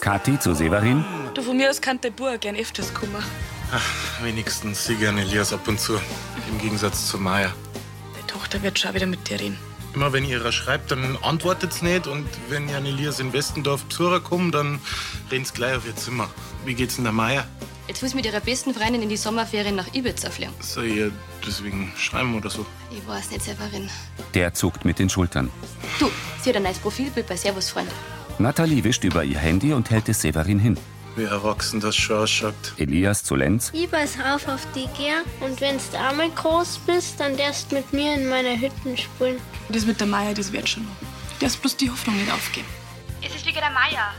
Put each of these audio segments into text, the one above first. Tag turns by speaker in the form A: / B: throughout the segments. A: Kathi zu Severin,
B: Du, von mir aus kann der Bauer gern öfters kommen.
C: Ach, wenigstens sie gern Elias ab und zu. Im Gegensatz zu Maya.
B: Meine Tochter wird schon wieder mit dir reden.
C: Immer wenn ihr ihrer schreibt, dann antwortet's nicht. Und wenn ihr an Elias in Westendorf Zura kommt, dann rennt's gleich auf ihr Zimmer. Wie geht's denn der Maya?
D: Jetzt will ich mit ihrer besten Freundin in die Sommerferien nach Ibiza fliegen.
C: Soll ihr deswegen schreiben oder so?
D: Ich weiß nicht, Severin.
A: der zuckt mit den Schultern.
D: Du, sie hat ein neues Profilbild bei Servus, Freund.
A: Nathalie wischt über ihr Handy und hält es Severin hin.
C: Wie erwachsen das schon ausschaut.
A: Elias zu Lenz,
E: Ich pass auf auf die Gär und wenn's da einmal groß bist, dann darfst mit mir in meiner Hütten spielen.
B: Das mit der Maya, das wird schon noch. Du darfst bloß die Hoffnung nicht aufgeben.
F: Es ist wegen der Maya.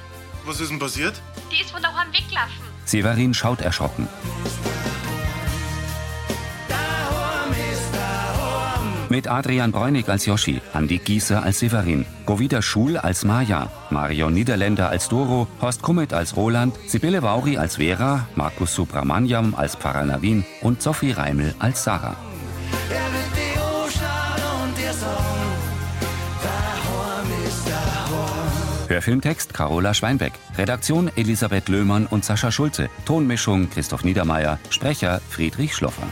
C: Was ist denn passiert?
F: Die ist von daheim weggelaufen.
A: Severin schaut erschrocken. Mit Adrian Bräunig als Joschi, Andi Gieser als Severin, Govida Schul als Maja, Marion Niederländer als Doro, Horst Kummet als Roland, Sibylle Vauri als Vera, Markus Subramaniam als Pfarrer Navin und Sophie Reimel als Sarah. Hörfilmtext Carola Schweinbeck. Redaktion Elisabeth Löhmann und Sascha Schulze. Tonmischung Christoph Niedermeyer. Sprecher Friedrich Schloffer.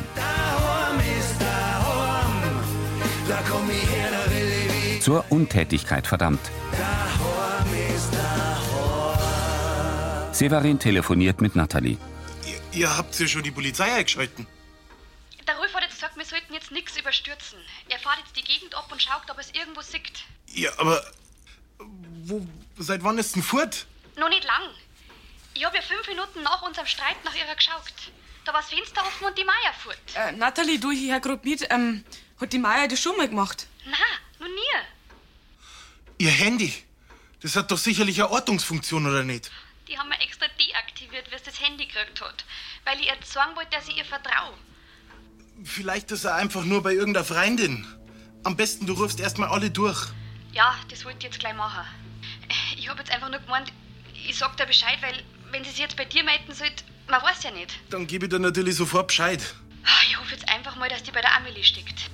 A: Zur Untätigkeit verdammt. Severin telefoniert mit Nathalie.
C: Ihr, ihr habt ja schon die Polizei eingeschalten.
F: Der Rolf hat jetzt gesagt, wir sollten jetzt nichts überstürzen. Er fährt jetzt die Gegend ab und schaut, ob er es irgendwo sieht.
C: Ja, aber. Wo, seit wann ist denn fort?
F: Noch nicht lang. Ich habe ja fünf Minuten nach unserem Streit nach ihrer geschaut. Da war das Fenster offen und die Maya fuhrt.
B: Äh, Nathalie, du hierher grob mit. Ähm, hat die Maya das schon mal gemacht?
F: Na, noch nie.
C: Ihr Handy. Das hat doch sicherlich eine Ortungsfunktion, oder nicht?
F: Die haben wir extra deaktiviert, wie es das Handy gekriegt hat. Weil ich ihr sagen wollte, dass ich ihr vertraue.
C: Vielleicht ist er einfach nur bei irgendeiner Freundin. Am besten, du rufst erstmal alle durch.
F: Ja, das wollte ich jetzt gleich machen. Ich habe jetzt einfach nur gemeint, ich sag dir Bescheid, weil wenn sie sich jetzt bei dir melden sollte, man weiß ja nicht. Ah,
C: Dann gebe ich dir natürlich sofort Bescheid.
F: Ich hoffe jetzt einfach mal, dass die bei der Amelie steckt.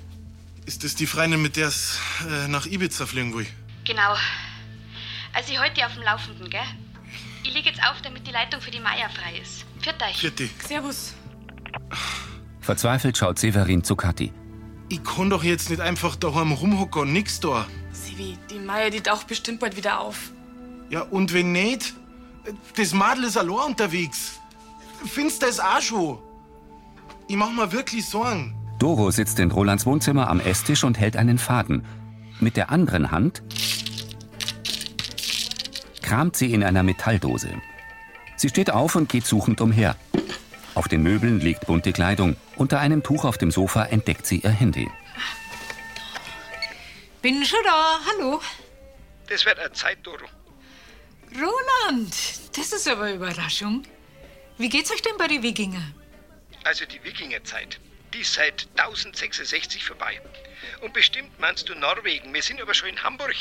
C: Ist das die Freundin, mit der es äh, nach Ibiza fliegen will?
F: Genau. Also ich halte dich auf dem Laufenden, gell? Ich leg jetzt auf, damit die Leitung für die Maya frei ist. Für euch.
C: Vierte.
B: Servus.
A: Verzweifelt schaut Severin zu Kathi.
C: Ich kann doch jetzt nicht einfach daheim rumhocken und nix da.
B: Sevi, die Maya, die taucht bestimmt bald wieder auf.
C: Ja, und wenn nicht? Das Madel ist allein unterwegs. Finster ist auch schon. Ich mach mir wirklich Sorgen.
A: Doro sitzt in Rolands Wohnzimmer am Esstisch und hält einen Faden. Mit der anderen Hand kramt sie in einer Metalldose. Sie steht auf und geht suchend umher. Auf den Möbeln liegt bunte Kleidung. Unter einem Tuch auf dem Sofa entdeckt sie ihr Handy.
G: Bin schon da. Hallo.
H: Das wird eine Zeit, Doro.
G: Roland, das ist aber eine Überraschung. Wie geht's euch denn bei den Wikinger?
H: Also die Wikingerzeit. Die ist seit 1066 vorbei. Und bestimmt meinst du Norwegen. Wir sind aber schon in Hamburg.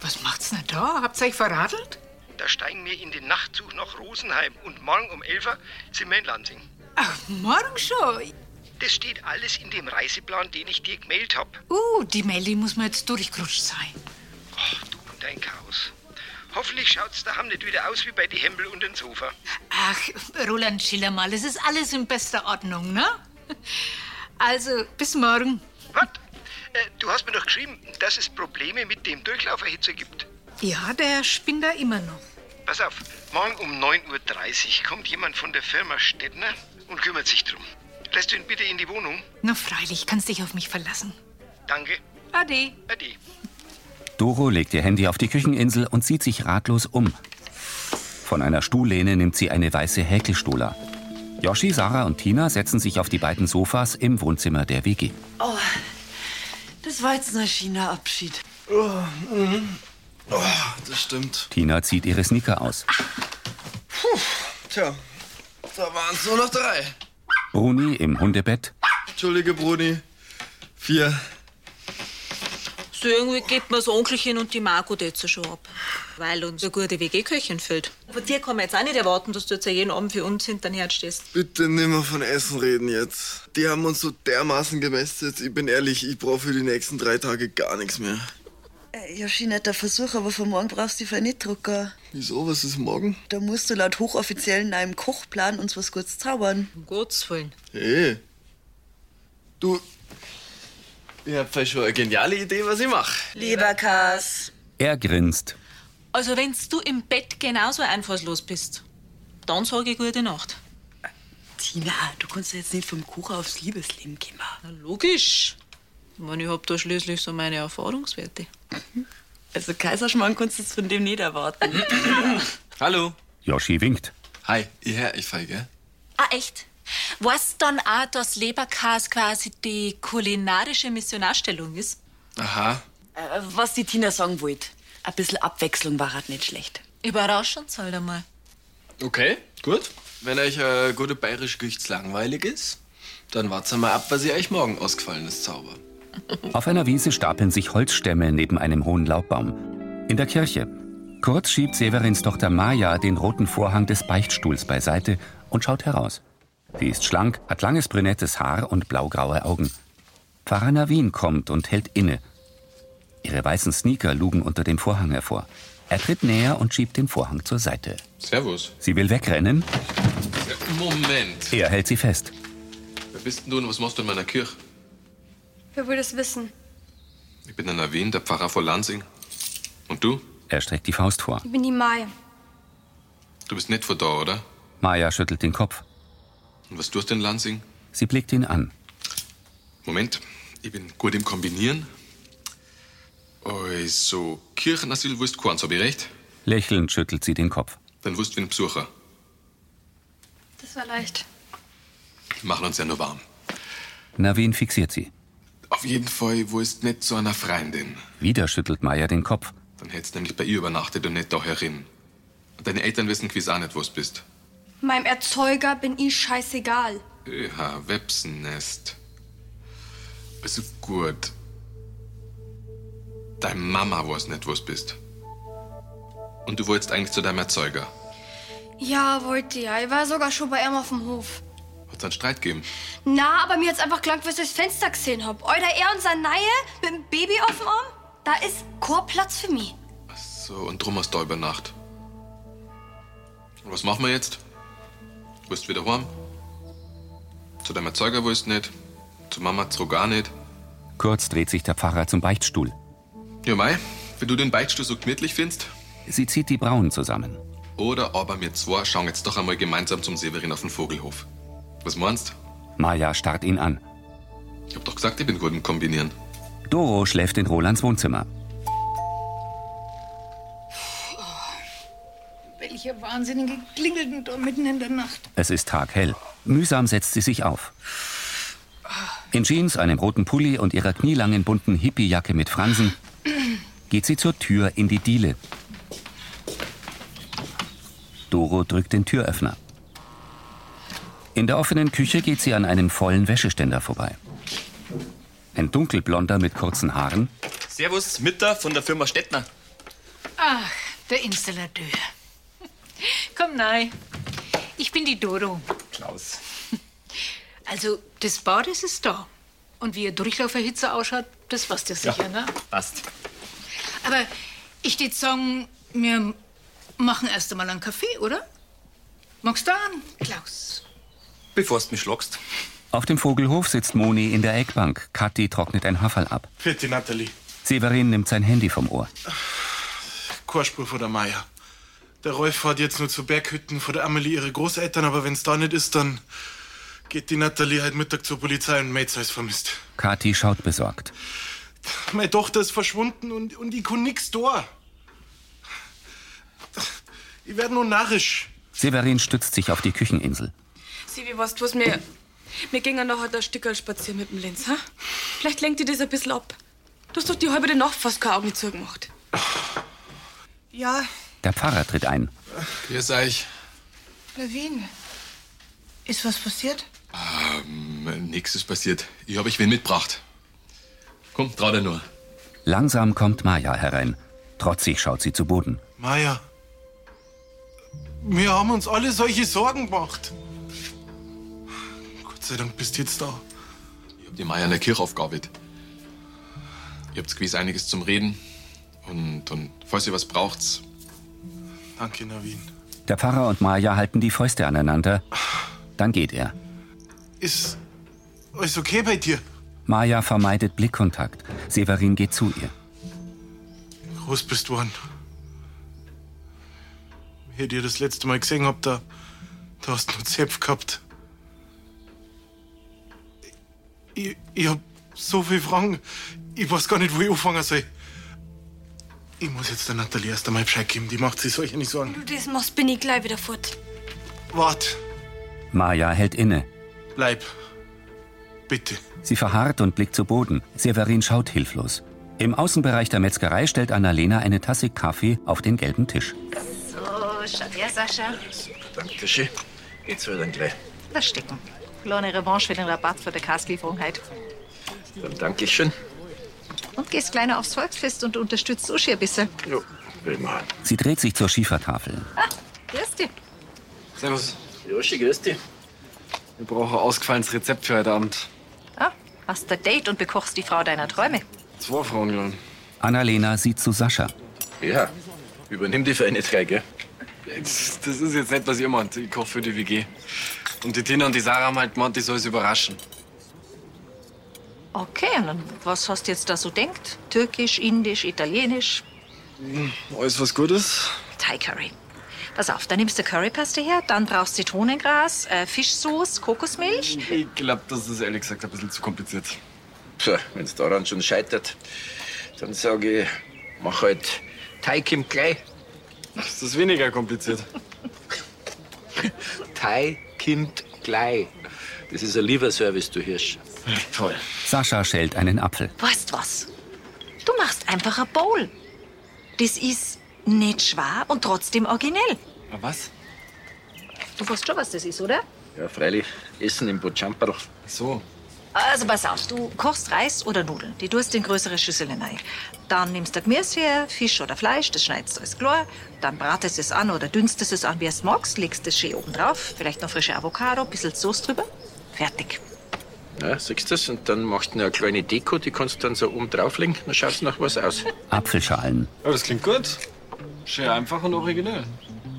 G: Was macht's denn da? Habt's euch verradelt?
H: Da steigen wir in den Nachtzug nach Rosenheim und morgen um 11 Uhr sind wir in Lansing.
G: Ach, morgen schon.
H: Das steht alles in dem Reiseplan, den ich dir gemeldet habe.
G: Uh, die Melli muss mir jetzt durchgerutscht sein.
H: Ach, du und dein Chaos. Hoffentlich schaut's daheim nicht wieder aus wie bei die Hempel und den Sofa.
G: Ach, Roland, schiller mal. Es ist alles in bester Ordnung, ne? Also, bis morgen.
H: Was? Äh, du hast mir doch geschrieben, dass es Probleme mit dem Durchlauferhitzer gibt.
G: Ja, der spinnt da immer noch.
H: Pass auf, morgen um 9.30 Uhr kommt jemand von der Firma Stettner und kümmert sich drum. Lässt du ihn bitte in die Wohnung?
G: Na, freilich, kannst dich auf mich verlassen.
H: Danke.
G: Ade.
H: Ade.
A: Doro legt ihr Handy auf die Kücheninsel und sieht sich ratlos um. Von einer Stuhllehne nimmt sie eine weiße Häkelstola. Yoshi, Sarah und Tina setzen sich auf die beiden Sofas im Wohnzimmer der WG.
I: Oh, Das war jetzt ein China-Abschied.
J: Oh, Das stimmt.
A: Tina zieht ihre Sneaker aus.
J: Tja, da waren es nur noch drei.
A: Bruni im Hundebett,
J: Entschuldige, Bruni. Vier.
K: So irgendwie geht mir das Onkelchen und die Margot jetzt schon ab. Weil uns eine gute WG-Köchin fehlt. Von dir kann man jetzt auch nicht erwarten, dass du jetzt ja jeden Abend für uns hinterher stehst.
J: Bitte nimmer von Essen reden jetzt. Die haben uns so dermaßen gemästet. Ich bin ehrlich, ich brauche für die nächsten drei Tage gar nichts mehr.
I: Äh, Ja, schon netter Versuch, aber für morgen brauchst du dich nicht drucken.
J: Wieso? Was ist morgen?
I: Da musst du laut hochoffiziellen neuem Kochplan uns was Gutes zaubern.
K: Um Gottes Willen.
J: Hey. Du. Ich hab vielleicht schon eine geniale Idee, was ich mache.
I: Leberkas.
A: Er grinst.
K: Also, wenn's du im Bett genauso einfallslos bist, dann sage ich gute Nacht.
L: Tina, du kannst ja jetzt nicht vom Kuchen aufs Liebesleben gehen.
K: Na, logisch. Ich meine, ich hab da schließlich so meine Erfahrungswerte.
L: Also Kaiserschmarrn kannst du jetzt von dem nicht erwarten.
J: Hallo.
A: Yoshi winkt.
J: Hi. Ja, ich fahre, gell?
K: Ah, echt? Was dann auch, dass Leberkas quasi die kulinarische Missionarstellung ist?
J: Aha.
L: Äh, was die Tina sagen wollte. Ein bisschen Abwechslung war halt nicht schlecht.
K: Überraschend soll einmal. mal.
J: Okay, gut. Wenn euch äh, gute bayerische Geschichte langweilig ist, dann wart's mal ab, was ihr euch morgen ausgefallen ist, Zauber.
A: Auf einer Wiese stapeln sich Holzstämme neben einem hohen Laubbaum. In der Kirche. Kurz schiebt Severins Tochter Maja den roten Vorhang des Beichtstuhls beiseite und schaut heraus. Sie ist schlank, hat langes brünettes Haar und blaugraue Augen. Pfarrer Navin kommt und hält inne. Ihre weißen Sneaker lugen unter dem Vorhang hervor. Er tritt näher und schiebt den Vorhang zur Seite.
J: Servus.
A: Sie will wegrennen,
M: Moment,
A: er hält sie fest.
M: wer bist denn du und was machst du in meiner Kirche?
N: Wer will das wissen?
M: Ich bin der Navin, der Pfarrer von Lansing. Und du?
A: Er streckt die Faust vor.
N: Ich bin die Mai.
M: Du bist nicht von da, oder?
A: Maja schüttelt den Kopf.
M: Und was tust du in Lansing?
A: Sie blickt ihn an.
M: Moment, ich bin gut im Kombinieren. Also, Kirchenasyl wusst keins, hab ich recht?
A: Lächelnd schüttelt sie den Kopf.
M: Dann wusst wen Besucher.
N: Das war leicht.
M: Die machen uns ja nur warm.
A: Navin fixiert sie.
M: Auf jeden Fall wusst nicht zu einer Freundin.
A: Wieder schüttelt Maja den Kopf.
M: Dann hättest nämlich bei ihr übernachtet und nicht da herin. Und deine Eltern wissen gewiss auch nicht, wo du bist.
N: Meinem Erzeuger bin ich scheißegal.
M: Öha, Websennest. Also gut. Deine Mama weiß nicht, wo du bist. Und du wolltest eigentlich zu deinem Erzeuger.
N: Ja, wollte ja. Ich war sogar schon bei ihm auf dem Hof.
M: Hat's einen Streit gegeben?
N: Na, aber mir hat's einfach gelangt, was ich durchs Fenster gesehen hab. Oder er und sein Neue mit dem Baby auf dem Arm? Da ist Chorplatz für mich.
M: So, und drum hast du da über Nacht. Und was machen wir jetzt? Willst du wieder heim? Zu deinem Erzeuger willst du nicht. Zu Mama zurück gar nicht.
A: Kurz dreht sich der Pfarrer zum Beichtstuhl.
M: Ja, Mai, wenn du den Beichtstuhl so gemütlich findest,
A: Sie zieht die Brauen zusammen.
M: oder aber wir zwei schauen jetzt doch einmal gemeinsam zum Severin auf den Vogelhof. Was meinst?
A: Maja starrt ihn an.
M: Ich hab doch gesagt, ich bin gut im Kombinieren.
A: Doro schläft in Rolands Wohnzimmer.
O: Welcher wahnsinnige Klingel denn da mitten in der Nacht?
A: Es ist taghell. Mühsam setzt sie sich auf. In Jeans, einem roten Pulli und ihrer knielangen bunten Hippiejacke mit Fransen geht sie zur Tür in die Diele. Doro drückt den Türöffner. In der offenen Küche geht sie an einem vollen Wäscheständer vorbei. Ein dunkelblonder mit kurzen Haaren,
P: Servus, Mitter von der Firma Stettner.
G: Ach, der Installateur. Komm nein. Ich bin die Doro.
P: Klaus.
G: Also, das Bad ist es da. Und wie ihr Durchlauferhitzer ausschaut, das weißt du sicher, ne?
P: Passt.
G: Aber ich würde sagen, wir machen erst einmal einen Kaffee, oder? Magst du an, Klaus?
P: Bevor du mich schluckst.
A: Auf dem Vogelhof sitzt Moni in der Eckbank. Kathi trocknet ein Haferl ab.
C: Vierte Natalie.
A: Severin nimmt sein Handy vom Ohr.
C: Keine Spur von der Meier. Der Rolf fährt jetzt nur zu Berghütten von der Amelie ihre Großeltern, aber wenn's da nicht ist, dann geht die Natalie halt Mittag zur Polizei und meldet als vermisst.
A: Kathi schaut besorgt.
C: Meine Tochter ist verschwunden und, und ich kann nix da. Ich werde nur narrisch.
A: Severin stützt sich auf die Kücheninsel.
B: Sieh, weißt du was? Wir, wir gingen noch heute ein Stückerl spazieren mit dem Lenz, ha? Vielleicht lenkt dir das ein bisschen ab. Du hast doch die halbe Nacht fast keine Augen zugemacht.
O: Ja,
A: Der Pfarrer tritt ein.
M: Grüß euch.
O: Lawine. Ist was passiert?
M: Ähm, nix ist passiert. Ich hab euch wen mitgebracht. Komm, trau dir nur.
A: Langsam kommt Maja herein. Trotzig schaut sie zu Boden.
C: Maja, wir haben uns alle solche Sorgen gemacht. Gott sei Dank bist du jetzt da.
M: Ich hab die Meier in der Kirche aufgearbeitet. Ihr habt gewiss einiges zum Reden. Und, und falls ihr was braucht,
C: Danke, Navin.
A: Der Pfarrer und Maya halten die Fäuste aneinander. Dann geht er.
C: Ist alles okay bei dir?
A: Maya vermeidet Blickkontakt. Severin geht zu ihr.
C: Groß bist du an. Wie ich dir das letzte Mal gesehen hab, da, da hast du nur Zepf gehabt. Ich, ich hab so viel Fragen. Ich weiß gar nicht, wo ich anfangen soll. Ich muss jetzt der Nathalie erst einmal Bescheid geben. Die macht sich solche nicht Sorgen.
N: Wenn du das machst, bin ich gleich wieder fort.
C: Wart,
A: Maya hält inne.
C: bleib. Bitte.
A: Sie verharrt und blickt zu Boden. Severin schaut hilflos. Im Außenbereich der Metzgerei stellt Annalena eine Tasse Kaffee auf den gelben Tisch.
Q: So, schaut her, Sascha.
J: Dankeschön. Jetzt soll dann gleich.
Q: Das stecken. Kleine Revanche für den Rabatt für die Kasslieferung heute.
J: Dann danke ich schön.
Q: Und gehst kleiner aufs Volksfest und unterstützt Uschi ein bisschen.
J: Ja, will mal.
A: Sie dreht sich zur Schiefertafel.
Q: Ah, grüß dich.
J: Servus. Joschi, grüß dich. Wir brauchen ein ausgefallenes Rezept für heute Abend.
Q: Ah, hast ein Date und bekochst die Frau deiner Träume.
J: Zwei Frauen, glaube
A: Annalena sieht zu Sascha.
J: Ja, übernimm die für eine drei, gell? Das das ist jetzt nicht, was ihr meint. Ich koche für die WG. Und die Tina und die Sarah haben halt gemeint, ich soll es überraschen.
Q: Okay, und dann was hast du jetzt da so denkt? Türkisch, Indisch, Italienisch,
J: Hm, Alles was Gutes.
Q: Thai Curry. Pass auf, dann nimmst du Currypaste her, dann brauchst du Zitronengras, äh, Fischsoße, Kokosmilch.
J: Ich glaube, das ist ehrlich gesagt ein bisschen zu kompliziert. Tja, wenn es daran schon scheitert, dann sage ich, mach halt Teig im Klei. Das ist weniger kompliziert.
R: Thai Kind Glei. Das ist ein Lieferservice, du Hirsch.
J: Toll.
A: Sascha schält einen Apfel.
Q: Weißt was? Du machst einfach ein Bowl. Das ist nicht schwer und trotzdem originell.
J: Was?
Q: Du weißt schon, was das ist, oder?
R: Ja, freilich. Essen im Bochamperl.
J: So.
Q: Also pass auf, du kochst Reis oder Nudeln. Die tust in größere Schüsseln rein. Dann nimmst du Gemüse her, Fisch oder Fleisch, das schneidest du alles klar. Dann bratest es an oder dünstest es an, wie es magst, legst es schön oben drauf. Vielleicht noch frische Avocado, ein bisschen Soße drüber. Fertig.
R: Ja, siehst du das? Und dann machst du noch eine kleine Deko, die kannst du dann so oben drauflegen. Dann schaut nach was aus.
A: Apfelschalen.
J: Ja, das klingt gut. Schön einfach und originell.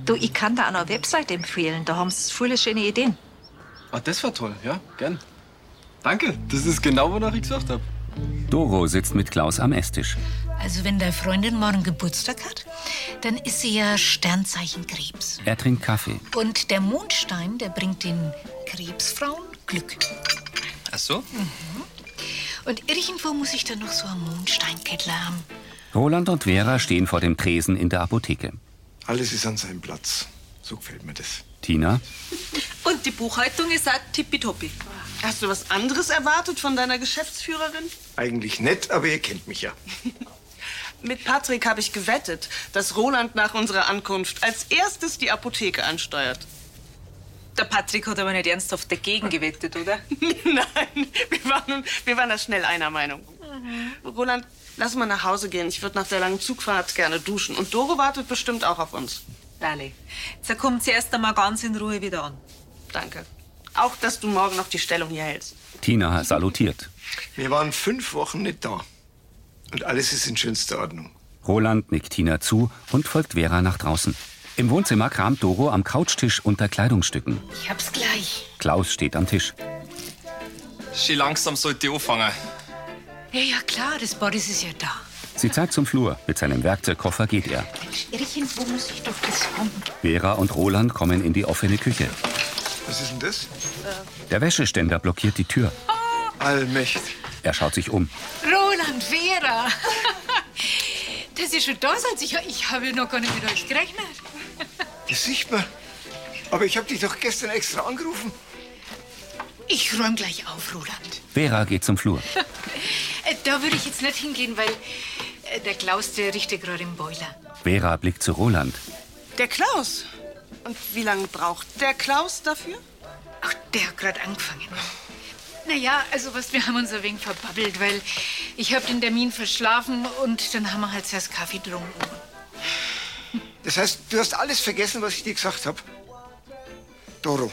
Q: Du, ich kann da an einer Website empfehlen. Da haben sie viele schöne Ideen.
J: Ah, das war toll, ja, gern. Danke, das ist genau, wonach ich gesagt habe.
A: Doro sitzt mit Klaus am Esstisch.
G: Also wenn deine Freundin morgen Geburtstag hat, dann ist sie ja Sternzeichen Krebs.
A: Er trinkt Kaffee.
G: Und der Mondstein, der bringt den Krebsfrauen Glück.
S: Ach so?
G: Mhm. Und irgendwo muss ich dann noch so einen Mondsteinkettler haben.
A: Roland und Vera stehen vor dem Tresen in der Apotheke.
H: Alles ist an seinem Platz. So gefällt mir das.
A: Tina,
T: Und die Buchhaltung ist auch tippitoppi.
U: Hast du was anderes erwartet von deiner Geschäftsführerin?
H: Eigentlich nett, aber ihr kennt mich ja.
U: Mit Patrick habe ich gewettet, dass Roland nach unserer Ankunft als erstes die Apotheke ansteuert.
T: Der Patrick hat aber nicht ernsthaft dagegen gewettet, oder?
U: Nein, wir waren, wir waren da schnell einer Meinung. Roland, lass mal nach Hause gehen. Ich würde nach der langen Zugfahrt gerne duschen. Und Doro wartet bestimmt auch auf uns.
T: Dale. Jetzt kommt sie erst einmal ganz in Ruhe wieder an.
U: Danke. Auch, dass du morgen noch die Stellung hier hältst.
A: Tina salutiert.
H: Wir waren fünf Wochen nicht da. Und alles ist in schönster Ordnung.
A: Roland nickt Tina zu und folgt Vera nach draußen. Im Wohnzimmer kramt Doro am Couchtisch unter Kleidungsstücken.
G: Ich hab's gleich.
A: Klaus steht am Tisch.
S: Schön langsam sollte ich anfangen.
G: Ja, ja, klar, das Boris ist ja da.
A: Sie zeigt zum Flur. Mit seinem Werkzeugkoffer geht er.
G: Irgendwo muss ich doch das haben.
A: Vera und Roland kommen in die offene Küche.
H: Was ist denn das?
G: Äh,
A: Der Wäscheständer blockiert die Tür.
H: Allmächtig.
A: Er schaut sich um.
G: Roland, Vera. Dass ihr schon da seid, ich, ich habe ja noch gar nicht mit euch gerechnet.
H: Das sieht man. Aber ich habe dich doch gestern extra angerufen.
G: Ich räume gleich auf, Roland.
A: Vera geht zum Flur.
G: Äh, Da würde ich jetzt nicht hingehen, weil äh, der Klaus, der riecht ja gerade im Boiler.
A: Vera blickt zu Roland.
U: Der Klaus. Und wie lange braucht der Klaus dafür?
G: Ach, der hat gerade angefangen. Naja, also was, wir haben uns ein wenig verbabbelt, weil ich habe den Termin verschlafen und dann haben wir halt zuerst Kaffee getrunken.
H: Das heißt, du hast alles vergessen, was ich dir gesagt habe. Doro,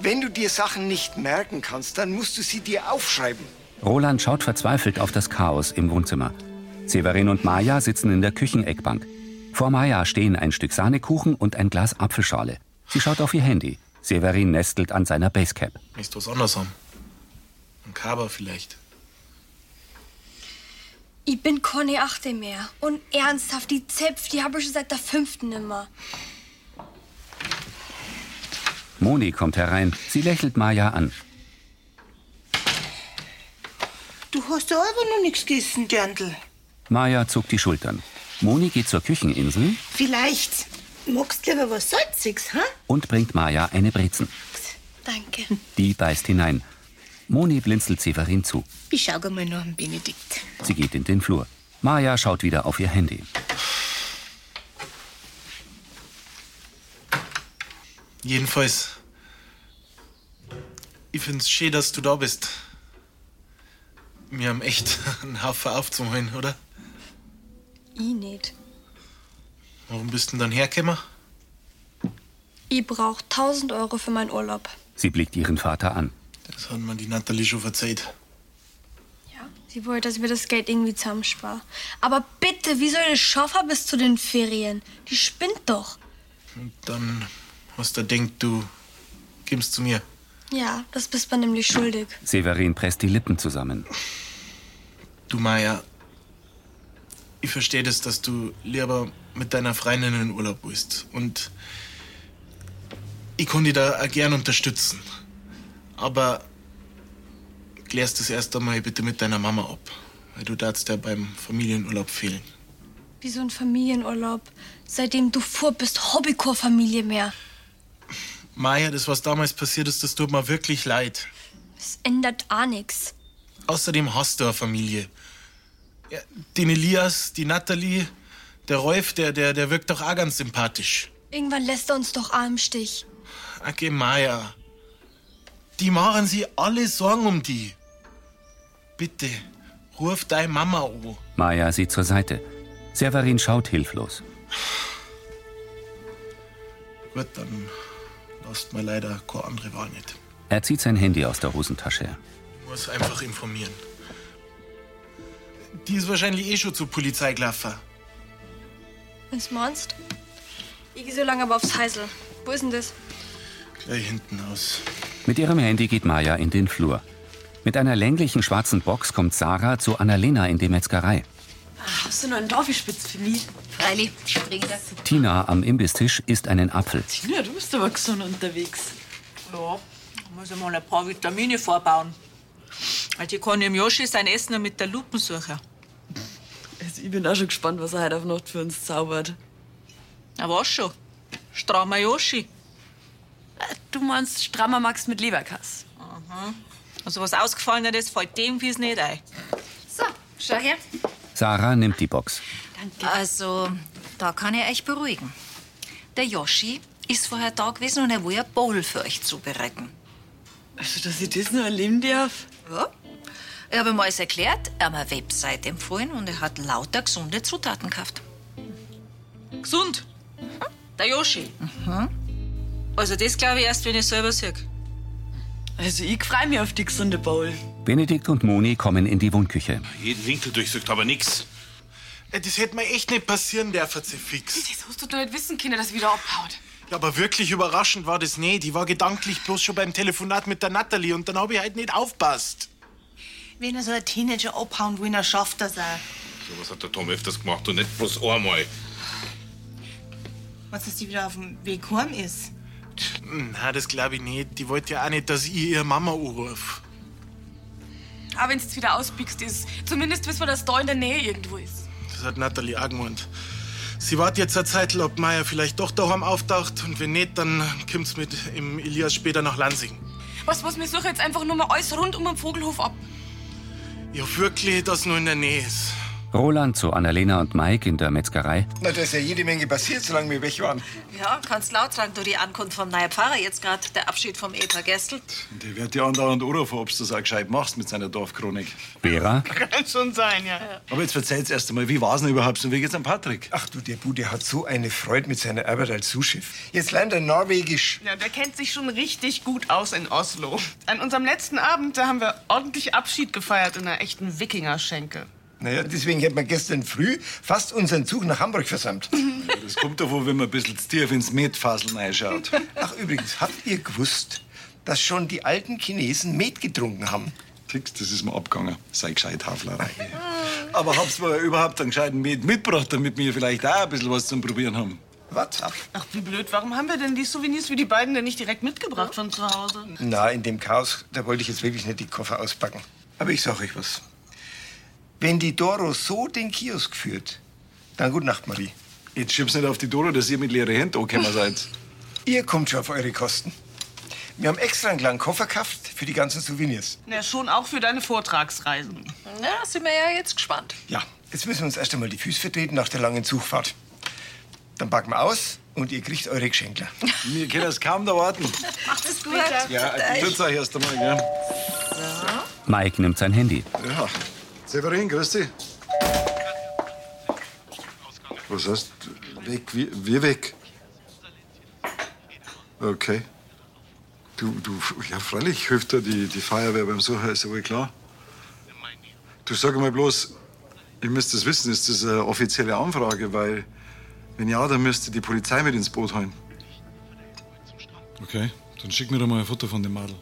H: wenn du dir Sachen nicht merken kannst, dann musst du sie dir aufschreiben.
A: Roland schaut verzweifelt auf das Chaos im Wohnzimmer. Severin und Maja sitzen in der Kücheneckbank. Vor Maja stehen ein Stück Sahnekuchen und ein Glas Apfelschale. Sie schaut auf ihr Handy. Severin nestelt an seiner Basecap.
C: Nicht was anderes haben. Ein Kaber vielleicht.
N: Ich bin keine Achte mehr. Und ernsthaft, die Zepf, die habe ich schon seit der fünften immer.
A: Moni kommt herein. Sie lächelt Maja an.
D: Du hast ja aber noch nichts gegessen, Dirndl.
A: Maja zuckt die Schultern. Moni geht zur Kücheninsel
D: Vielleicht magst du lieber was Salziges, hä?
A: und bringt Maja eine Brezen.
D: Danke.
A: Die beißt hinein. Moni blinzelt Severin zu.
D: Ich schau gleich mal nach dem Benedikt.
A: Sie geht in den Flur. Maja schaut wieder auf ihr Handy.
C: Jedenfalls. Ich find's schön, dass du da bist. Wir haben echt einen Haufen aufzuholen, oder?
N: Ich nicht.
C: Warum bist denn dann hergekommen?
N: Ich brauche 1000 Euro für meinen Urlaub.
A: Sie blickt ihren Vater an.
C: Das hat mir die Natalie schon verzeiht.
N: Sie wollte, dass ich mir das Geld irgendwie zusammenspare. Aber bitte, wie soll ich das schaffen bis zu den Ferien? Die spinnt doch.
C: Und dann hast du denkt, du kommst zu mir.
N: Ja, das bist man nämlich schuldig.
A: Severin presst die Lippen zusammen.
C: Du, Maya, ich verstehe das, dass du lieber mit deiner Freundin in den Urlaub bist. Und ich kann dich da auch gern unterstützen. Aber klärst das erst einmal bitte mit deiner Mama ab. Weil du darfst ja beim Familienurlaub fehlen.
N: Wie so ein Familienurlaub. Seitdem du fort bist, Hobbycore-Familie mehr.
C: Maya, das, was damals passiert ist, das tut mir wirklich leid.
N: Es ändert ah auch nichts.
C: Außerdem hast du eine Familie. Ja, den Elias, die Natalie, der Rolf, der, der, der wirkt doch auch ganz sympathisch.
N: Irgendwann lässt er uns doch auch im Stich.
C: Ake Maya. Die machen sie alle Sorgen um die. Bitte, ruf deine Mama an.
A: Maja sieht zur Seite. Severin schaut hilflos.
C: Gut, dann lasst mir leider keine andere Wahl nicht.
A: Er zieht sein Handy aus der Hosentasche.
C: muss einfach informieren. Die ist wahrscheinlich eh schon zur Polizei gelaufen.
N: Was meinst du? Ich geh so lange aber aufs Heisel. Wo ist denn das?
C: Gleich hinten aus.
A: Mit ihrem Handy geht Maja in den Flur. Mit einer länglichen schwarzen Box kommt Sarah zu Annalena in die Metzgerei.
I: Hast du noch einen Dorfispitz für mich? Freilich, spring das.
A: Tina am Imbisstisch isst einen Apfel.
I: Tina, du bist aber gesund unterwegs.
K: Ja, da muss ich mal ein paar Vitamine vorbauen. Weil die kann im Yoshi sein Essen nur mit der Lupen suchen.
I: Also ich bin auch schon gespannt, was er heute auf Nacht für uns zaubert.
K: Na was schon? Strammer Yoshi.
L: Äh, Du meinst Strammer Max mit Leberkass.
K: Aha. Also was ausgefallenes fällt dem wie's nicht ein.
L: So, schau her.
A: Sarah nimmt die Box.
Q: Also, da kann ich euch beruhigen. Der Yoshi ist vorher da gewesen und er will ein Bowl für euch zubereiten.
I: Also, dass ich das nur erleben darf.
Q: Ja. Ich habe ihm alles erklärt, er hat mir eine Website empfohlen und er hat lauter gesunde Zutaten gekauft.
K: Gesund. Der Yoshi.
Q: Mhm.
K: Also das glaube ich erst, wenn ich selber sehe.
I: Also, ich freue mich auf die gesunde Bowl.
A: Benedikt und Moni kommen in die Wohnküche.
V: Jeden Winkel durchsucht, aber nix.
C: Äh, Das hätte mir echt nicht passieren dürfen, Zefix.
B: Das hast du doch nicht wissen können, dass sie wieder abhaut.
C: Ja, aber wirklich überraschend war das nicht. Die war gedanklich bloß schon beim Telefonat mit der Natalie und dann habe ich halt nicht aufpasst.
D: Wenn er so ein Teenager abhauen will, dann schafft das auch.
V: So was hat der Tom öfters gemacht und nicht bloß einmal.
D: Was, dass die wieder auf dem Weg heim ist?
C: Na, das glaube ich nicht. Die wollte ja auch nicht, dass ich ihr Mama anrufe.
B: Aber wenn du jetzt wieder ausbiegst, ist zumindest wissen wir, dass da in der Nähe irgendwo ist.
C: Das hat Natalie auch gemeint. Sie wartet jetzt eine Zeit, ob Maya vielleicht doch daheim auftaucht und wenn nicht, dann kommt's mit im Elias später nach Lansing.
B: Was, was, wir suchen jetzt einfach nur mal alles rund um den Vogelhof ab.
C: Ich hoffe wirklich, dass nur in der Nähe ist.
A: Roland zu Annalena und Mike in der Metzgerei.
W: Na, da ist ja jede Menge passiert, solange wir weg waren.
Q: Ja, kannst laut sagen, du die Ankunft vom neuen Pfarrer, jetzt gerade der Abschied vom Ehepaar Gessel.
X: Der wird dir andauernd anrufen, ob du das auch gescheit machst mit seiner Dorfchronik.
A: Vera?
D: Kann schon sein, ja.
X: Aber jetzt erzähl's erst einmal, wie war's denn überhaupt und wie geht's an Patrick?
W: Ach du, der Bude hat so eine Freude mit seiner Arbeit als Suchchef. Jetzt lernt er Norwegisch.
D: Ja, der kennt sich schon richtig gut aus in Oslo. An unserem letzten Abend, da haben wir ordentlich Abschied gefeiert in einer echten Wikingerschenke.
E: Naja, deswegen hätten wir gestern früh fast unseren Zug nach Hamburg versammelt.
X: Das kommt davon, wenn man ein bisschen zu tief ins Metfaseln reinschaut.
E: Ach, übrigens, habt ihr gewusst, dass schon die alten Chinesen Met getrunken haben?
X: Siehst, Das ist mir abgegangen. Sei gescheit, Haflerei. Aber hab's mir überhaupt einen gescheiten Met mitgebracht, damit wir vielleicht auch ein bisschen was zum Probieren haben.
E: Was?
U: Ach, wie blöd. Warum haben wir denn die Souvenirs wie die beiden denn nicht direkt mitgebracht von zu Hause?
E: Na, in dem Chaos, da wollte ich jetzt wirklich nicht die Koffer auspacken. Aber ich sag euch was. Wenn die Doro so den Kiosk führt, dann gute Nacht, Marie.
X: Jetzt schieb's nicht auf die Doro, dass ihr mit leeren Händen angekommen seid.
E: Ihr kommt schon auf eure Kosten. Wir haben extra einen kleinen Koffer gekauft für die ganzen Souvenirs.
U: Na, schon auch für deine Vortragsreisen.
Q: Na, sind wir ja jetzt gespannt.
E: Ja, jetzt müssen wir uns erst einmal die Füße vertreten nach der langen Zugfahrt. Dann packen wir aus und ihr kriegt eure Geschenkler.
X: Wir können es kaum erwarten.
Q: Macht es gut.
X: Ja, tut's euch erst einmal, gell?
A: Mike nimmt sein Handy.
X: Ja. Severin, grüß dich. Was heißt weg? Wir, wir weg? Okay. Du, du, ja, freilich hilft dir die, die Feuerwehr beim Sucher, ist ja wohl klar. Du sag mal bloß, ihr müsst das wissen, ist das eine offizielle Anfrage? Weil, wenn ja, dann müsst ihr die Polizei mit ins Boot holen. Okay, dann schick mir doch mal ein Foto von dem Madel.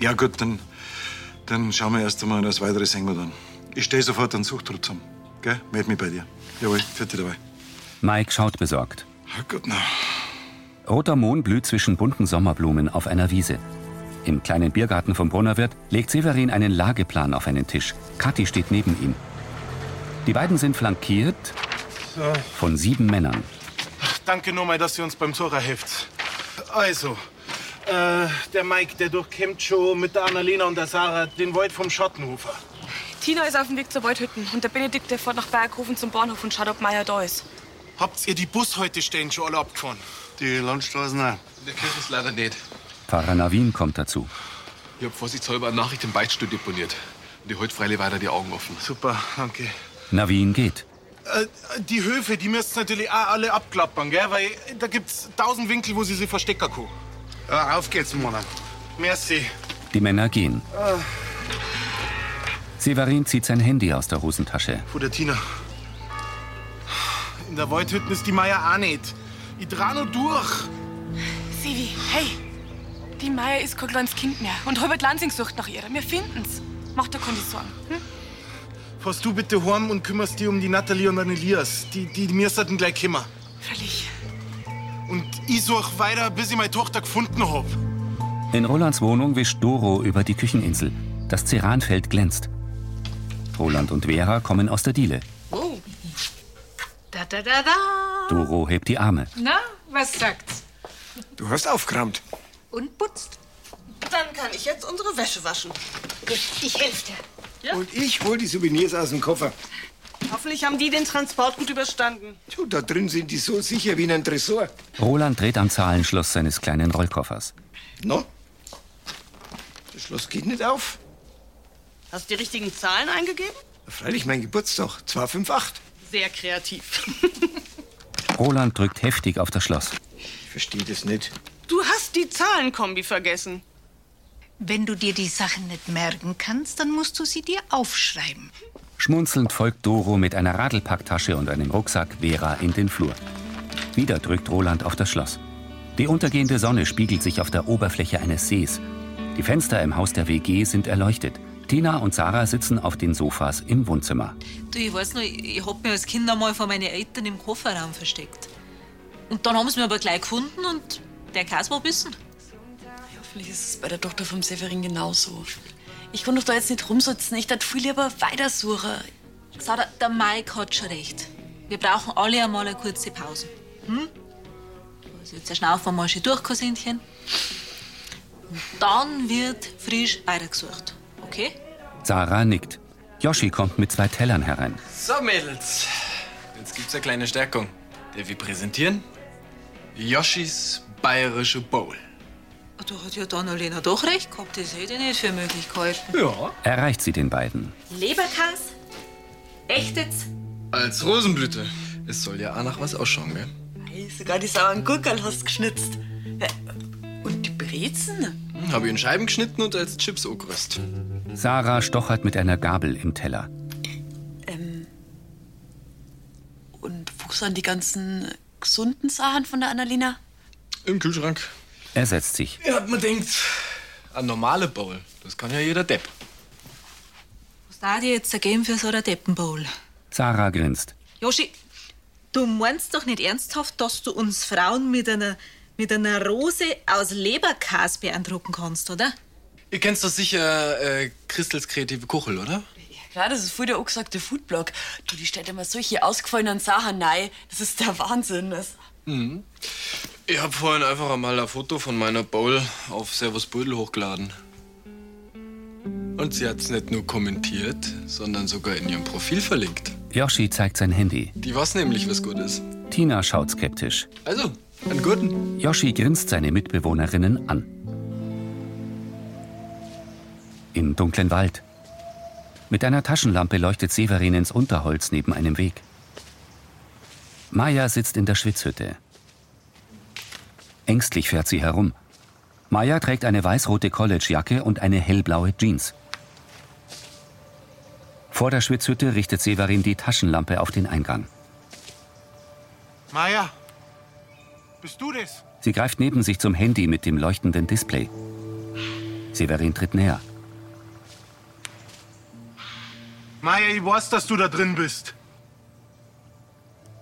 X: Ja, gut, dann, dann schauen wir erst einmal und das Weitere sehen wir dann. Ich stehe sofort an Suchtrupp zusammen. Gell? Meld mich bei dir. Jawohl, vierte dabei.
A: Mike schaut besorgt.
X: Ah, gut, na.
A: Roter Mohn blüht zwischen bunten Sommerblumen auf einer Wiese. Im kleinen Biergarten vom Brunnerwirt legt Severin einen Lageplan auf einen Tisch. Kathi steht neben ihm. Die beiden sind flankiert
C: So.
A: von sieben Männern.
C: Danke nochmal, dass ihr uns beim Zora helft. Also, äh, der Mike, der durchkämmt schon mit der Annalena und der Sarah den Wald vom Schottenhofer.
B: Tina ist auf dem Weg zur Waldhütten und der Benedikt, der fährt nach Berghofen zum Bahnhof und schaut, ob Meier da ist.
C: Habt ihr die Bushaltestellen schon alle abgefahren?
F: Die Landstraßen auch.
M: Der Kirche ist leider nicht.
A: Pfarrer Navin kommt dazu.
M: Ich hab vorsichtshalber eine Nachricht im Beichtstuhl deponiert. Und ich halte freilich weiter die Augen offen.
C: Super, danke.
A: Navin geht.
C: Äh, die Höfe, die müsst ihr natürlich auch alle abklappern, gell? Weil da gibt's tausend Winkel, wo sie sie verstecken kann.
F: Ja, auf geht's, Mona.
C: Merci.
A: Die Männer gehen.
C: Äh,
A: Severin zieht sein Handy aus der Hosentasche.
C: Vor der Tina. In der Waldhütten ist die Meier auch nicht. Ich dreh nur durch.
B: Sivi, hey, die Meier ist kein kleines Kind mehr und Robert Lansing sucht nach ihr. Wir finden's. Mach dir keine Sorgen. Hm?
C: Fahrst du bitte heim und kümmerst dich um die Natalie und den Elias. Die, die, die mir sollten gleich kommen.
B: Freilich.
C: Und ich such weiter, bis ich meine Tochter gefunden hab.
A: In Rolands Wohnung wischt Doro über die Kücheninsel. Das Ceranfeld glänzt. Roland und Vera kommen aus der Diele.
G: Oh. Da, da, da, da.
A: Doro hebt die Arme.
G: Na, was sagt's?
E: Du hast aufgerammt.
G: Und putzt.
U: Dann kann ich jetzt unsere Wäsche waschen.
G: Ich helfe dir.
E: Und ich hol die Souvenirs aus dem Koffer.
U: Hoffentlich haben die den Transport gut überstanden.
E: Du, da drin sind die so sicher wie in einem Tresor.
A: Roland dreht am Zahlenschloss seines kleinen Rollkoffers.
E: No? Das Schloss geht nicht auf.
U: Hast du die richtigen Zahlen eingegeben?
E: Freilich mein Geburtstag. 258.
U: Sehr kreativ.
A: Roland drückt heftig auf das Schloss.
E: Ich verstehe das nicht.
U: Du hast die Zahlenkombi Ah, vergessen.
G: Wenn du dir die Sachen nicht merken kannst, dann musst du sie dir aufschreiben.
A: Schmunzelnd folgt Doro mit einer Radelpacktasche und einem Rucksack Vera in den Flur. Wieder drückt Roland auf das Schloss. Die untergehende Sonne spiegelt sich auf der Oberfläche eines Sees. Die Fenster im Haus der WG sind erleuchtet. Tina und Sarah sitzen auf den Sofas im Wohnzimmer.
K: Du, ich weiß noch, ich, ich hab mich als Kind einmal vor meinen Eltern im Kofferraum versteckt. Und dann haben sie mich aber gleich gefunden und der Kasper bissen.
L: Hoffentlich ist es bei der Tochter vom Severin genauso. Ich kann doch da jetzt nicht rumsitzen. Ich darf viel lieber weitersuchen.
K: Sau, der, der Mike hat schon recht. Wir brauchen alle einmal eine kurze Pause. Hm? Also jetzt schnaufen wir mal schön durch, Kosintchen. Und dann wird frisch weitergesucht. Okay?
A: Sarah nickt. Yoshi kommt mit zwei Tellern herein.
P: So, Mädels. Jetzt gibt's eine kleine Stärkung. Darf ich präsentieren? Yoshis bayerische Bowl.
K: Da hat ja dann Alena doch recht gehabt, das hätte ich nicht für möglich gehalten.
P: Ja.
A: Erreicht sie den beiden.
K: Leberkäse? Echt jetzt?
P: Als Rosenblüte. Es soll ja auch nach was ausschauen, gell?
L: Ei, Sogar die sauren Gurkerl hast geschnitzt. Äh, Und die Brezen?
P: Hm, Habe ich in Scheiben geschnitten und als Chips angerüstet.
A: Sarah stochert mit einer Gabel im Teller.
B: Wo sind die ganzen gesunden Sachen von der Annalena?
J: Im Kühlschrank.
A: Er setzt sich.
J: Ja, hat man denkt, eine normale Bowl, das kann ja jeder Depp.
Y: Was da die jetzt ergeben für so eine Deppenbowl?
A: Sarah grinst.
K: Joshi, du meinst doch nicht ernsthaft, dass du uns Frauen mit einer, mit einer Rose aus Leberkas beeindrucken kannst, oder?
J: Ihr kennt doch sicher äh, Christels kreative Kuchel, oder?
B: Klar, das ist voll der angesagte Foodblog. Du, die stellt immer solche ausgefallenen Sachen rein. Das ist der Wahnsinn. Das
J: Mhm. Ich hab vorhin einfach einmal ein Foto von meiner Bowl auf Servus Brödel hochgeladen. Und sie hat's nicht nur kommentiert, sondern sogar in ihrem Profil verlinkt.
A: Yoshi zeigt sein Handy.
J: Die weiß nämlich, was gut ist.
A: Tina schaut skeptisch.
J: Also, einen guten.
A: Yoshi grinst seine Mitbewohnerinnen an. Im dunklen Wald. Mit einer Taschenlampe leuchtet Severin ins Unterholz neben einem Weg. Maya sitzt in der Schwitzhütte. Ängstlich fährt sie herum. Maya trägt eine weißrote Collegejacke und eine hellblaue Jeans. Vor der Schwitzhütte richtet Severin die Taschenlampe auf den Eingang.
C: Maya, bist du das?
A: Sie greift neben sich zum Handy mit dem leuchtenden Display. Severin tritt näher.
C: Maya, ich weiß, dass du da drin bist.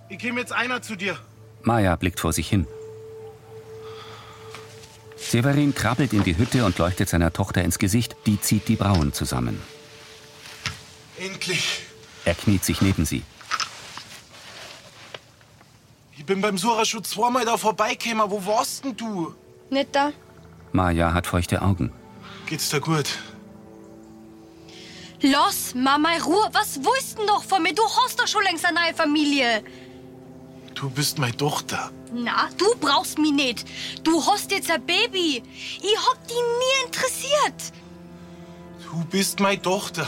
C: Ich käme jetzt einer zu dir.
A: Maya blickt vor sich hin. Severin krabbelt in die Hütte und leuchtet seiner Tochter ins Gesicht. Die zieht die Brauen zusammen.
C: Endlich.
A: Er kniet sich neben sie.
C: Ich bin beim Sura-Schutz zweimal da vorbeigekommen. Wo warst denn du?
N: Nicht da.
A: Maya hat feuchte Augen.
C: Geht's dir gut?
N: Los, Mama, Ruhe. Was willst denn doch von mir? Du hast doch schon längst eine neue Familie.
C: Du bist meine Tochter.
N: Na, du brauchst mich nicht. Du hast jetzt ein Baby. Ich hab dich nie interessiert.
C: Du bist meine Tochter.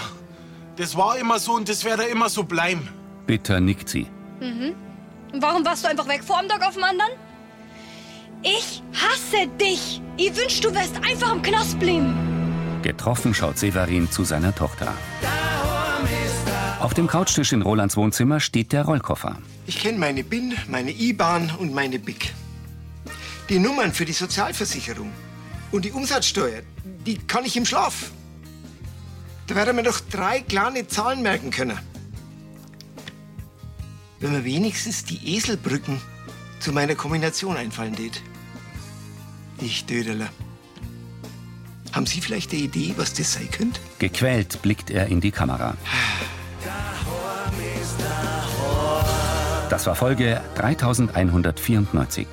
C: Das war immer so und das werde immer so bleiben.
A: Bitter nickt sie.
N: Mhm. Und warum warst du einfach weg vor einem Tag auf dem anderen? Ich hasse dich. Ich wünsch, du wärst einfach im Knast blieben.
A: Getroffen schaut Severin zu seiner Tochter. Auf dem Couchtisch in Rolands Wohnzimmer steht der Rollkoffer.
H: Ich kenne meine BIN, meine IBAN und meine BIC. Die Nummern für die Sozialversicherung und die Umsatzsteuer, die kann ich im Schlaf. Da werden wir doch drei kleine Zahlen merken können. Wenn mir wenigstens die Eselbrücken zu meiner Kombination einfallen tät. Ich Dödeler. Haben Sie vielleicht eine Idee, was das sein könnte?
A: Gequält blickt er in die Kamera. Das war Folge 3194.